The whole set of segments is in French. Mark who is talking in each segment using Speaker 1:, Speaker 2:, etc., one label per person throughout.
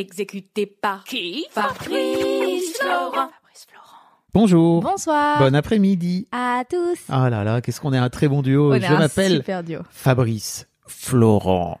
Speaker 1: Exécuté par qui Fabrice Florent.
Speaker 2: Bonjour.
Speaker 3: Bonsoir.
Speaker 2: Bon après-midi.
Speaker 3: à tous.
Speaker 2: Ah là là, qu'est-ce qu'on est un très bon duo.
Speaker 3: On est
Speaker 2: Oh, Je
Speaker 3: un
Speaker 2: m'appelle
Speaker 3: super duo.
Speaker 2: Fabrice Florent.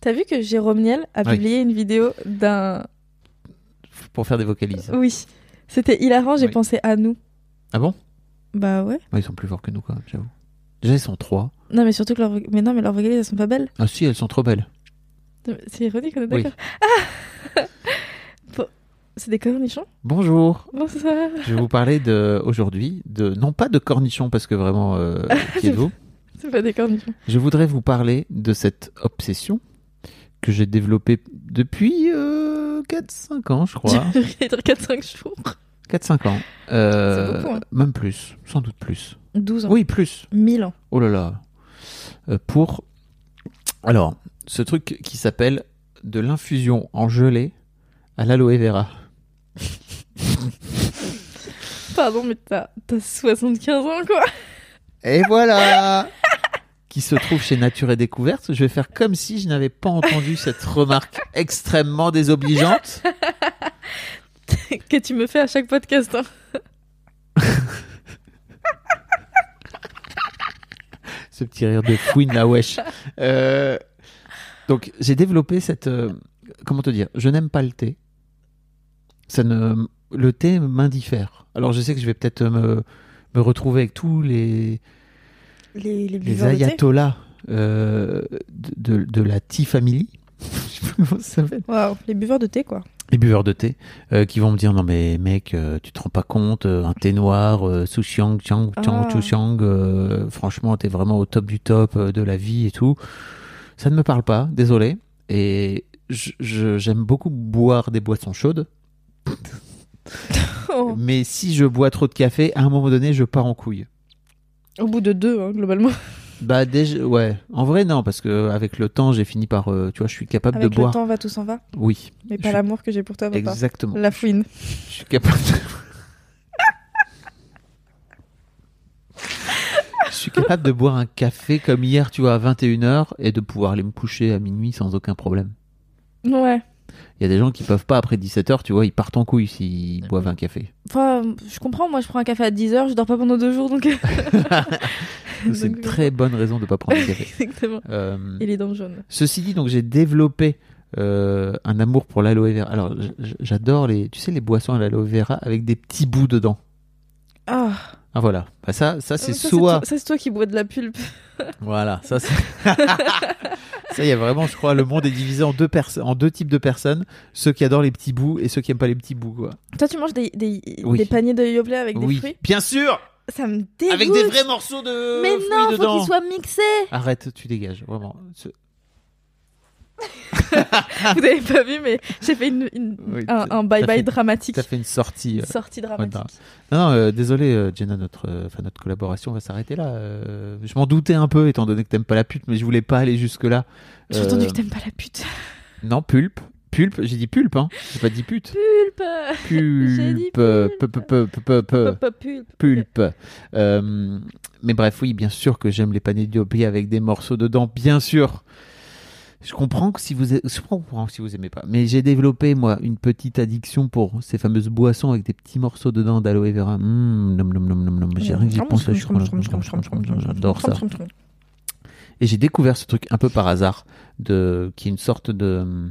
Speaker 4: T'as vu que Jérôme Niel a
Speaker 2: Oui.
Speaker 4: publié une vidéo d'un.
Speaker 2: Pour faire des vocalises.
Speaker 4: Oui. C'était hilarant, j'ai
Speaker 2: Oui.
Speaker 4: pensé à nous.
Speaker 2: Ah bon
Speaker 4: Bah ouais.
Speaker 2: Ouais, Ils sont plus forts que nous, quand même, j'avoue. Déjà, ils sont trois.
Speaker 4: Non, mais surtout que leur... mais non, mais leurs vocalises, elles sont pas belles.
Speaker 2: Ah si, elles sont trop belles.
Speaker 4: C'est ironique, on est
Speaker 2: Oui.
Speaker 4: d'accord. Ah Bon, C'est des cornichons
Speaker 2: Bonjour
Speaker 4: Bonsoir.
Speaker 2: Je vais vous parler de aujourd'hui, de non pas de cornichons, parce que vraiment, euh, qui êtes-vous
Speaker 4: C'est pas des cornichons.
Speaker 2: Je voudrais vous parler de cette obsession que j'ai développée depuis euh, 4-5 ans, je crois.
Speaker 4: J'allais dire 4-5 jours.
Speaker 2: 4-5 ans. Euh,
Speaker 4: C'est beaucoup, hein.
Speaker 2: Même plus, sans doute plus.
Speaker 4: 12 ans.
Speaker 2: Oui, plus.
Speaker 4: 1000 ans.
Speaker 2: Oh là là. Euh, pour. Alors, ce truc qui s'appelle de l'infusion en gelée à l'aloe vera.
Speaker 4: Pardon, mais t'as t'as 75 ans, quoi.
Speaker 2: Et voilà Qui se trouve chez Nature et Découverte. Je vais faire comme si je n'avais pas entendu cette remarque extrêmement désobligeante.
Speaker 4: que tu me fais à chaque podcast. Hein.
Speaker 2: ce petit rire de fouine la wesh. Euh, donc j'ai développé cette euh, comment te dire, je n'aime pas le thé. Ça ne le thé m'indiffère. Alors je sais que je vais peut-être me me retrouver avec tous les
Speaker 4: Les, les
Speaker 2: les
Speaker 4: buveurs de thé.
Speaker 2: ayatollahs euh, de, de, de la tea family. Je sais pas comment ça s'appelle.
Speaker 4: Waouh, les buveurs de thé, quoi.
Speaker 2: Les buveurs de thé euh, qui vont me dire non mais mec euh, tu te rends pas compte euh, un thé noir euh, sous Xiang Chang Chang
Speaker 4: Ah.
Speaker 2: Chu Xiang euh, franchement t'es vraiment au top du top euh, de la vie et tout ça ne me parle pas désolé et je- je- j'aime beaucoup boire des boissons chaudes
Speaker 4: Oh,
Speaker 2: mais si je bois trop de café à un moment donné je pars en couille
Speaker 4: Au bout de deux, hein, globalement.
Speaker 2: bah déjà ouais en vrai non parce que avec le temps j'ai fini par euh, tu vois je suis capable
Speaker 4: Avec
Speaker 2: de
Speaker 4: le
Speaker 2: boire
Speaker 4: temps, va tout s'en va.
Speaker 2: oui
Speaker 4: Mais
Speaker 2: Je
Speaker 4: pas
Speaker 2: suis-
Speaker 4: l'amour que j'ai pour toi, va pas.
Speaker 2: exactement
Speaker 4: La fouine.
Speaker 2: je suis capable de... Je suis capable de boire un café comme hier, tu vois, à 21h et de pouvoir aller me coucher à minuit sans aucun problème.
Speaker 4: Ouais.
Speaker 2: Il y a des gens qui peuvent pas après 17h, tu vois, ils partent en couille s'ils boivent un café.
Speaker 4: Enfin, je comprends, moi je prends un café à 10h, je dors pas pendant deux jours donc.
Speaker 2: Donc, C'est une
Speaker 4: Donc,
Speaker 2: très bonne raison de pas prendre un café.
Speaker 4: Exactement.
Speaker 2: Euh,
Speaker 4: Et les dents jaunes.
Speaker 2: Ceci dit, donc j'ai développé euh, un amour pour l'aloe vera. Alors j- j- j'adore les, tu sais, les boissons à l'aloe vera avec des petits bouts dedans.
Speaker 4: Ah,
Speaker 2: Ah voilà, Bah, ça, ça c'est
Speaker 4: ça,
Speaker 2: soit.
Speaker 4: toi- Ça, c'est toi qui bois de la pulpe.
Speaker 2: Voilà, ça c'est. ça, il y a vraiment, je crois, le monde est divisé en deux, perso- en deux types de personnes ceux qui adorent les petits bouts et ceux qui aiment pas les petits bouts, quoi.
Speaker 4: Toi, tu manges des, des,
Speaker 2: Oui.
Speaker 4: des paniers de yoplait avec des
Speaker 2: oui,
Speaker 4: fruits
Speaker 2: bien sûr
Speaker 4: Ça me dégoûte.
Speaker 2: Avec des vrais morceaux de.
Speaker 3: Mais
Speaker 2: fruits
Speaker 3: non, faut
Speaker 2: dedans.
Speaker 3: qu'il soit mixé
Speaker 2: Arrête, tu dégages, vraiment. Ce-
Speaker 4: Vous avez pas vu, mais j'ai fait une, une-
Speaker 2: Ah. Oui,
Speaker 4: un
Speaker 2: t'as-
Speaker 4: un
Speaker 2: t'as
Speaker 4: bye-bye
Speaker 2: fait-
Speaker 4: dramatique.
Speaker 2: T'as fait une sortie. euh,
Speaker 4: Sortie
Speaker 2: ouais,
Speaker 4: dramatique.
Speaker 2: non, non, euh, désolé, euh, Jenna, notre, euh, enfin, notre collaboration va s'arrêter là. euh, je m'en doutais un peu, étant donné que t'aimes pas la pute, mais je voulais pas aller jusque-là.
Speaker 4: J'ai
Speaker 2: Euh,
Speaker 4: entendu que t'aimes pas la pute.
Speaker 2: Non, pulpe. Pulpe, j'ai dit pulpe, hein. J'ai pas dit pute.
Speaker 4: Pulpe
Speaker 2: euh,
Speaker 4: J'ai dit pulpe.
Speaker 2: Pulpe. Peu, peu, peu, peu, peu, peu.
Speaker 4: Papa pulpe.
Speaker 2: pulpe. Euh, mais bref, oui, bien sûr que j'aime les paniers de yoplait avec des morceaux dedans, bien sûr. Je comprends que si vous, a- je comprends si vous aimez pas, mais j'ai développé moi une petite addiction pour ces fameuses boissons avec des petits morceaux dedans d'aloe vera.
Speaker 4: Mm.
Speaker 2: Mmh, nom nom nom nom nom. J'ai rien que j'y pense là, je suis- j'adore ça. Et j'ai découvert ce truc un peu par hasard, de, qui est une sorte de.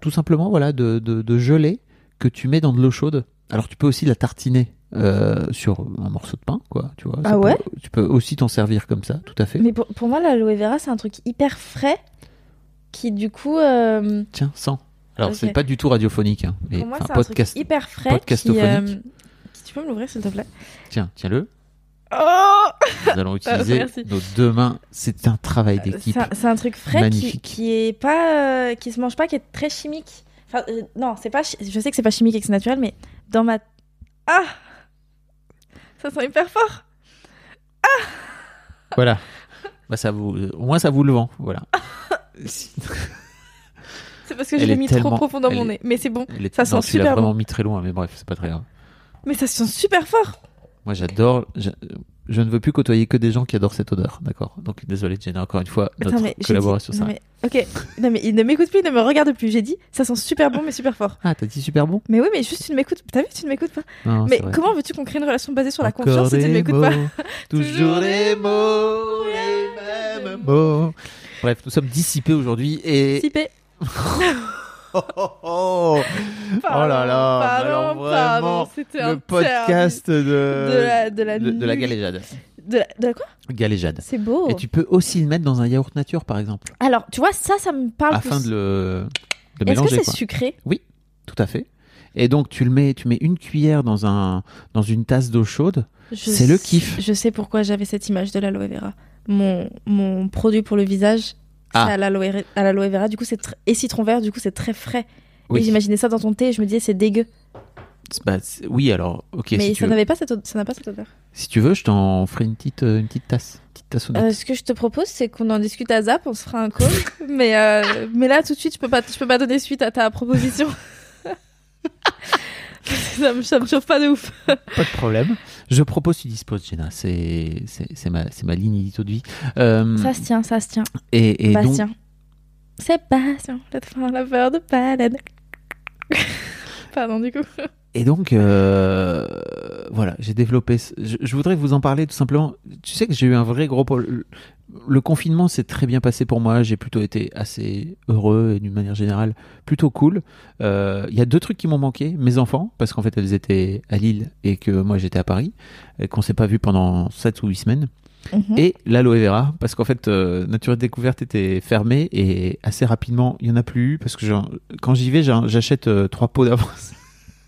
Speaker 2: tout simplement voilà de, de, de gelée que tu mets dans de l'eau chaude. Alors tu peux aussi la tartiner euh, sur un morceau de pain, quoi. Tu vois.
Speaker 4: Ah
Speaker 2: Ça peut-
Speaker 4: ouais
Speaker 2: Tu peux aussi t'en servir comme ça, tout à fait.
Speaker 4: Mais pour, pour moi, l'aloe vera, c'est un truc hyper frais qui, du coup, euh,
Speaker 2: Tiens, sans. Alors
Speaker 4: Ok.
Speaker 2: c'est pas du tout radiophonique, hein, mais
Speaker 4: pour moi,
Speaker 2: enfin,
Speaker 4: c'est un
Speaker 2: podcast.
Speaker 4: truc hyper frais qui. qui-
Speaker 2: podcastophonique.
Speaker 4: Tu peux me l'ouvrir, s'il te plaît
Speaker 2: Tiens, tiens-le.
Speaker 4: Oh
Speaker 2: Nous allons utiliser
Speaker 4: Ah, merci. Euh,
Speaker 2: nos deux mains. C'est un travail d'équipe.
Speaker 4: C'est un- c'est un truc frais qui,
Speaker 2: Magnifique.
Speaker 4: qui est pas euh, qui se mange pas, qui est très chimique. Enfin, euh, non, c'est pas. chi- Je sais que c'est pas chimique et que c'est naturel, mais dans ma ah, ça sent hyper fort.
Speaker 2: Voilà. Bah, ça vous, au moins ça vous le vend, voilà.
Speaker 4: C'est parce que je
Speaker 2: Elle
Speaker 4: l'ai
Speaker 2: est
Speaker 4: mis
Speaker 2: tellement-
Speaker 4: trop profond dans
Speaker 2: elle
Speaker 4: mon
Speaker 2: est-
Speaker 4: nez, mais c'est bon.
Speaker 2: Elle est-
Speaker 4: Ça sent
Speaker 2: non, tu l'as
Speaker 4: super
Speaker 2: vraiment
Speaker 4: bon.
Speaker 2: mis très loin, mais bref, c'est pas très grave.
Speaker 4: Mais ça sent super fort.
Speaker 2: Moi, j'adore. Je, je ne veux plus côtoyer que des gens qui adorent cette odeur, d'accord Donc, désolé, Jenna, encore une fois, notre
Speaker 4: Attends, mais j'ai dit-
Speaker 2: collaboration.
Speaker 4: non,
Speaker 2: ça-
Speaker 4: mais- ok, non mais il ne m'écoute plus, il ne me regarde plus. J'ai dit, ça sent super bon, mais super fort.
Speaker 2: Ah, t'as dit super bon
Speaker 4: Mais oui, mais juste tu ne m'écoutes. T'as vu, tu ne m'écoutes pas.
Speaker 2: Non,
Speaker 4: mais
Speaker 2: c'est vrai.
Speaker 4: comment veux-tu qu'on crée une relation basée sur la
Speaker 2: Encore
Speaker 4: confiance si tu ne
Speaker 2: des
Speaker 4: m'écoutes pas
Speaker 2: mots, Toujours les mots, les mêmes mots. Bref, nous sommes dissipés aujourd'hui et.
Speaker 4: Sipé.
Speaker 2: Oh, oh, oh. Oh là là, alors vraiment,
Speaker 4: c'était un
Speaker 2: Le podcast de.
Speaker 4: de la- de la
Speaker 2: de- de la
Speaker 4: nulle-
Speaker 2: galéjade.
Speaker 4: service. De la, de la quoi
Speaker 2: Galéjade.
Speaker 4: C'est beau.
Speaker 2: Et tu peux aussi le mettre dans un yaourt nature, par exemple,
Speaker 4: Alors, tu vois, ça, ça me parle
Speaker 2: afin
Speaker 4: Ah, plus.
Speaker 2: de le de
Speaker 4: Est-ce que
Speaker 2: mélanger.
Speaker 4: c'est
Speaker 2: quoi.
Speaker 4: sucré
Speaker 2: Tout à fait. Et donc tu le mets, tu mets une cuillère dans un dans une tasse d'eau chaude.
Speaker 4: Je
Speaker 2: C'est le
Speaker 4: sais-
Speaker 2: kiff.
Speaker 4: Je sais pourquoi j'avais cette image de l'aloe vera. Mon, mon produit pour le visage,
Speaker 2: Ah.
Speaker 4: c'est à l'aloe à l'aloe vera. Du coup, c'est tr- et citron vert. Du coup, c'est très frais.
Speaker 2: Oui.
Speaker 4: Et j'imaginais ça dans ton thé. Et je me disais, c'est dégueu.
Speaker 2: C'est- bah, c'est- oui, alors ok.
Speaker 4: Mais
Speaker 2: si, tu
Speaker 4: ça
Speaker 2: veux,
Speaker 4: n'avait pas cette, ode- ça n'a pas cette odeur.
Speaker 2: si tu veux, je t'en ferai une petite euh, une petite tasse, Une petite tasse au
Speaker 4: Euh, ce que je te propose, c'est qu'on en discute à Zap. On se fera un call. mais euh, mais là, tout de suite, je peux pas, je peux pas donner suite à ta proposition. ça, me, ça me chauffe pas de ouf.
Speaker 2: Pas de problème. Je propose, tu disposes, Jenna. C'est c'est c'est ma c'est ma ligne édito de vie. Euh,
Speaker 4: Ça se tient, ça se tient.
Speaker 2: et et donc
Speaker 4: Bastien. Sébastien, le train laveur de palade. Pardon, du coup.
Speaker 2: et donc euh, voilà, j'ai développé. ce- Je, je voudrais vous en parler tout simplement. Tu sais que j'ai eu un vrai gros pro- le- le confinement s'est très bien passé pour moi. J'ai plutôt été assez heureux et d'une manière générale plutôt cool. Euh, Il y a deux trucs qui m'ont manqué. Mes enfants, parce qu'en fait elles étaient à Lille et que moi j'étais à Paris, et qu'on s'est pas vu pendant 7 ou 8 semaines.
Speaker 4: Mhm.
Speaker 2: Et l'aloe vera, parce qu'en fait euh, Nature et Découverte était fermée et assez rapidement il y en a plus eu parce que j'en- quand j'y vais j'en- j'achète euh, trois pots d'avance.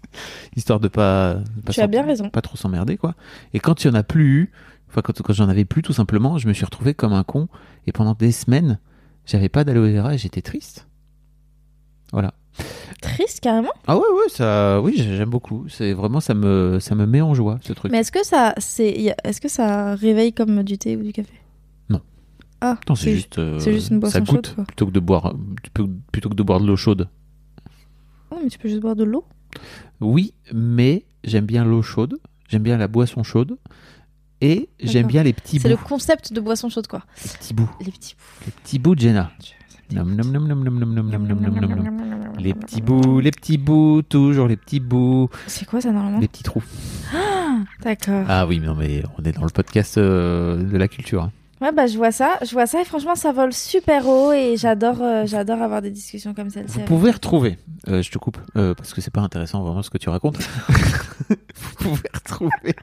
Speaker 2: Histoire de pas, de pas
Speaker 4: Tu as
Speaker 2: s'en-
Speaker 4: bien raison.
Speaker 2: pas trop s'emmerder quoi. Et quand il y en a plus eu, enfin quand, quand j'en avais plus tout simplement, je me suis retrouvé comme un con et pendant des semaines, j'avais pas d'aloe vera et j'étais triste. Voilà.
Speaker 4: Triste carrément.
Speaker 2: Ah ouais ouais, ça oui, j'aime beaucoup, c'est vraiment ça me ça me met en joie ce truc.
Speaker 4: Mais est-ce que ça, c'est, y a- est-ce que ça réveille comme du thé ou du café
Speaker 2: Non.
Speaker 4: Ah.
Speaker 2: Non, c'est juste, euh,
Speaker 4: c'est juste une boisson
Speaker 2: ça goûte
Speaker 4: chaude, quoi.
Speaker 2: plutôt que de boire tu peux- plutôt que de boire de l'eau chaude.
Speaker 4: Oh, mais tu peux juste boire de l'eau.
Speaker 2: Oui, mais j'aime bien l'eau chaude, j'aime bien la boisson chaude et j'aime
Speaker 4: D'accord.
Speaker 2: bien les petits
Speaker 4: C'est
Speaker 2: bouts,
Speaker 4: le concept de boisson chaude, quoi.
Speaker 2: les petits bouts,
Speaker 4: Les petits bouts.
Speaker 2: les petits bouts de Jenna.
Speaker 4: Je- ça me
Speaker 2: Nom,
Speaker 4: dégoûte.
Speaker 2: nom, nom, nom, nom, nom, nom, nom, nom, nom, nom, nom. Les petits bouts, les petits bouts, toujours les petits bouts,
Speaker 4: C'est quoi ça normalement
Speaker 2: les petits trous.
Speaker 4: D'accord.
Speaker 2: Ah oui, mais non, mais on est dans le podcast euh, de la culture. hein.
Speaker 4: Ouais, bah je vois ça, je vois ça et franchement ça vole super haut et j'adore, euh, j'adore avoir des discussions comme celle-ci.
Speaker 2: Vous
Speaker 4: avec-
Speaker 2: pouvez retrouver, euh, je te coupe, euh, parce que c'est pas intéressant vraiment ce que tu racontes. Vous pouvez retrouver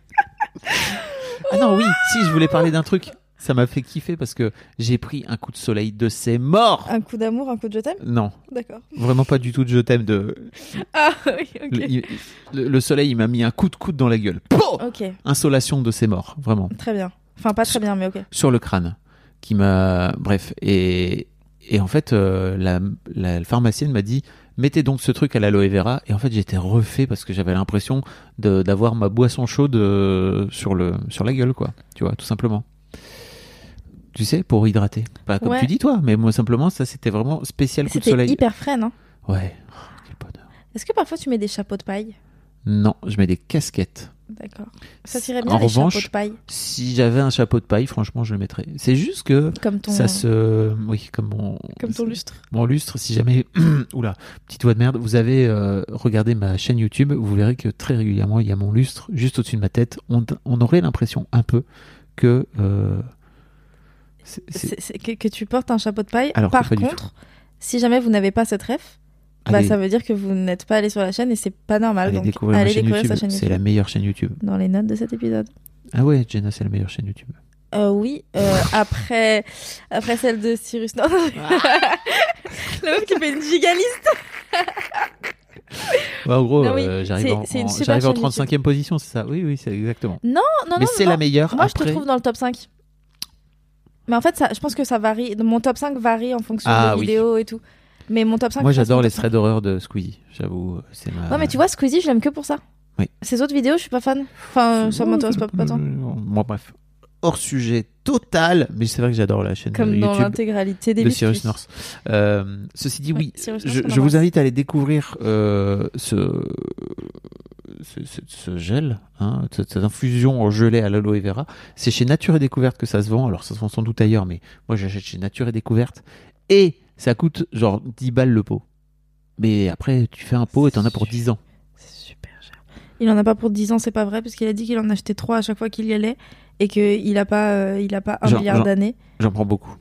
Speaker 2: Ah non, oui, si, je voulais parler d'un truc. Ça m'a fait kiffer parce que j'ai pris un coup de soleil de ces morts.
Speaker 4: Un coup d'amour, un coup de je t'aime
Speaker 2: Non,
Speaker 4: D'accord.
Speaker 2: vraiment pas du tout de je t'aime. De...
Speaker 4: Ah oui, ok.
Speaker 2: Le, il- le- le soleil, il m'a mis un coup de coude dans la gueule. Pouh
Speaker 4: Ok,
Speaker 2: Insolation de ces morts, vraiment.
Speaker 4: très bien. Enfin, pas très bien, mais ok.
Speaker 2: sur le crâne qui m'a bref et et en fait euh, la, la pharmacienne m'a dit mettez donc ce truc à l'aloe vera et en fait j'étais refait parce que j'avais l'impression de- d'avoir ma boisson chaude euh, sur le sur la gueule quoi tu vois tout simplement tu sais pour hydrater pas comme
Speaker 4: Ouais.
Speaker 2: tu dis toi mais moi simplement ça c'était vraiment spécial coup de
Speaker 4: C'était
Speaker 2: soleil
Speaker 4: hyper frais, non
Speaker 2: ouais Oh, quel bonheur
Speaker 4: Est-ce que parfois tu mets des chapeaux de paille
Speaker 2: non je mets des casquettes
Speaker 4: D'accord. Ça tirait
Speaker 2: En
Speaker 4: bien les
Speaker 2: revanche-
Speaker 4: chapeaux de paille,
Speaker 2: si j'avais un chapeau de paille franchement je le mettrais c'est juste que
Speaker 4: comme ton,
Speaker 2: ça se oui comme on
Speaker 4: comme ton lustre.
Speaker 2: Bon, lustre, si jamais, oula, petite voix de merde, vous avez euh, regardé ma chaîne YouTube, vous verrez que très régulièrement, il y a mon lustre juste au-dessus de ma tête. On, on aurait l'impression un peu que. euh, c'est- c'est-
Speaker 4: C'est- c'est que, que tu portes un chapeau de paille.
Speaker 2: Alors que
Speaker 4: Par
Speaker 2: pas du
Speaker 4: contre, si jamais vous n'avez pas cette ref, bah,
Speaker 2: allez-
Speaker 4: ça veut dire que vous n'êtes pas allé sur la chaîne et c'est pas normal.
Speaker 2: allez
Speaker 4: donc
Speaker 2: découvrir ma
Speaker 4: allez
Speaker 2: chaîne
Speaker 4: découvrir
Speaker 2: YouTube.
Speaker 4: sa chaîne
Speaker 2: C'est
Speaker 4: YouTube.
Speaker 2: la meilleure chaîne YouTube.
Speaker 4: Dans les notes de cet épisode.
Speaker 2: Ah ouais, Jenna, c'est la meilleure chaîne YouTube.
Speaker 4: Euh, oui, euh, après, après celle de Cyrus. Non, non.
Speaker 2: Ah.
Speaker 4: La meuf qui fait une gigaliste.
Speaker 2: Ouais, en gros,
Speaker 4: Ah oui,
Speaker 2: euh, j'arrive
Speaker 4: c'est-
Speaker 2: en,
Speaker 4: c'est une
Speaker 2: en-
Speaker 4: super
Speaker 2: j'arrive en
Speaker 4: chaîne
Speaker 2: 35e position, c'est ça Oui, oui, c'est exactement.
Speaker 4: Non, non,
Speaker 2: Mais c'est
Speaker 4: non.
Speaker 2: la meilleure.
Speaker 4: Moi, je
Speaker 2: après-
Speaker 4: te trouve dans le top 5. Mais en fait, ça, je pense que ça varie. Mon top 5 varie en fonction
Speaker 2: Ah,
Speaker 4: des
Speaker 2: oui.
Speaker 4: vidéos et tout. Mais mon top 5.
Speaker 2: Moi,
Speaker 4: je pense
Speaker 2: j'adore
Speaker 4: que
Speaker 2: les
Speaker 4: top 5.
Speaker 2: threads d'horreur de Squeezie, j'avoue. C'est ma...
Speaker 4: Ouais, mais tu vois, Squeezie, je l'aime que pour ça.
Speaker 2: Oui. Mmh.
Speaker 4: Ses autres vidéos, je suis pas fan. Enfin, Euh, ça m'intéresse pas, pas tant.
Speaker 2: Moi, bref. Hors sujet total, mais c'est vrai que j'adore la chaîne
Speaker 4: Comme dans
Speaker 2: YouTube
Speaker 4: l'intégralité des
Speaker 2: de
Speaker 4: biscuits.
Speaker 2: Cyrus North. Euh, ceci dit, oui,
Speaker 4: Ouais, Cyrus North,
Speaker 2: je,
Speaker 4: on
Speaker 2: je
Speaker 4: embrasse.
Speaker 2: vous invite à aller découvrir euh, ce, ce, ce- ce gel, hein, cette, cette infusion en gelée à l'aloe vera. C'est chez Nature et Découverte que ça se vend. Alors, ça se vend sans doute ailleurs, mais moi, j'achète chez Nature et Découverte. Et ça coûte genre 10 balles le pot. Mais après, tu fais un pot et t'en as pour 10 ans.
Speaker 4: C'est super cher. Il en a pas pour 10 ans, c'est pas vrai, parce qu'il a dit qu'il en achetait 3 à chaque fois qu'il y allait et qu'il a pas, euh, il a pas un
Speaker 2: Genre-
Speaker 4: milliard
Speaker 2: genre-
Speaker 4: d'années.
Speaker 2: J'en prends beaucoup.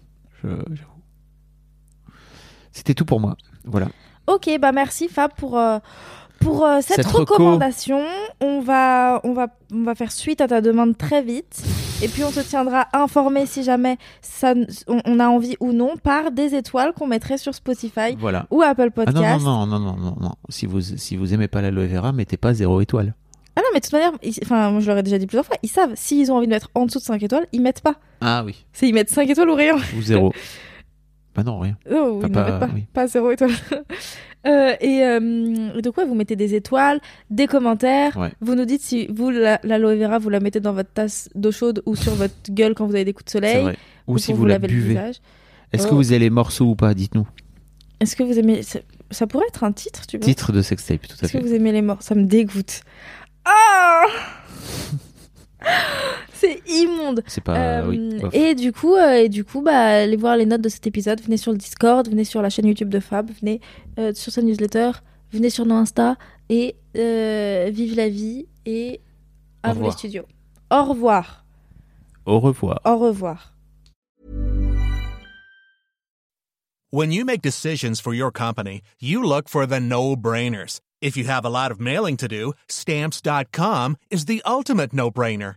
Speaker 2: Je- j'avoue. C'était tout pour moi. Voilà.
Speaker 4: Ok, bah merci Fab pour, euh, pour euh, cette,
Speaker 2: Cette reco.
Speaker 4: recommandation. On va, on, va, on va faire suite à ta demande très vite. Et puis on se tiendra informé si jamais ça, n- on, on a envie ou non par des étoiles qu'on mettrait sur Spotify
Speaker 2: Voilà.
Speaker 4: ou Apple
Speaker 2: Ah
Speaker 4: Podcast.
Speaker 2: non, non, non, non, non, non, non. Si vous, si vous aimez pas l'aloe vera, mettez pas zéro étoile.
Speaker 4: Ah non, mais de toute manière, ils- enfin, moi je l'aurais déjà dit plusieurs fois, ils savent, s'ils ont envie de mettre en dessous de 5 étoiles, ils mettent pas.
Speaker 2: Ah oui,
Speaker 4: C'est ils mettent 5 étoiles ou rien.
Speaker 2: ou zéro. bah non, rien.
Speaker 4: Oh,
Speaker 2: Enfin,
Speaker 4: oui, non,
Speaker 2: pas-
Speaker 4: mais pas,
Speaker 2: oui.
Speaker 4: pas zéro étoile. Euh, et euh, de quoi vous mettez des étoiles, des commentaires.
Speaker 2: Ouais.
Speaker 4: Vous nous dites si vous, la- l'aloe vera, vous la mettez dans votre tasse d'eau chaude ou sur votre gueule quand vous avez des coups de
Speaker 2: C'est
Speaker 4: soleil.
Speaker 2: vrai. Ou, si
Speaker 4: quand
Speaker 2: vous, la
Speaker 4: lavez le
Speaker 2: buvez.
Speaker 4: visage.
Speaker 2: Est-ce que
Speaker 4: Oh.
Speaker 2: vous avez les morceaux ou pas Dites-nous.
Speaker 4: Est-ce que vous aimez. Ça, ça pourrait être un titre, tu vois.
Speaker 2: Titre de sextape, tout à
Speaker 4: Est-ce que
Speaker 2: fait.
Speaker 4: vous aimez les morts Ça me dégoûte. Ah C'est immonde.
Speaker 2: C'est pas.
Speaker 4: Euh,
Speaker 2: oui. bof.
Speaker 4: et du coup, euh, et du coup, bah, allez voir les notes de cet épisode. Venez sur le Discord, venez sur la chaîne YouTube de Fab, venez euh, sur sa newsletter, venez sur nos Insta et euh, vive la vie et
Speaker 2: Au
Speaker 4: à vous les
Speaker 2: revoir.
Speaker 4: studios. Au revoir.
Speaker 2: Au revoir.
Speaker 4: Au revoir.
Speaker 5: When you make decisions for your company, you look for the no brainers. If you have a lot of mailing to do, stamps.com is the ultimate no brainer.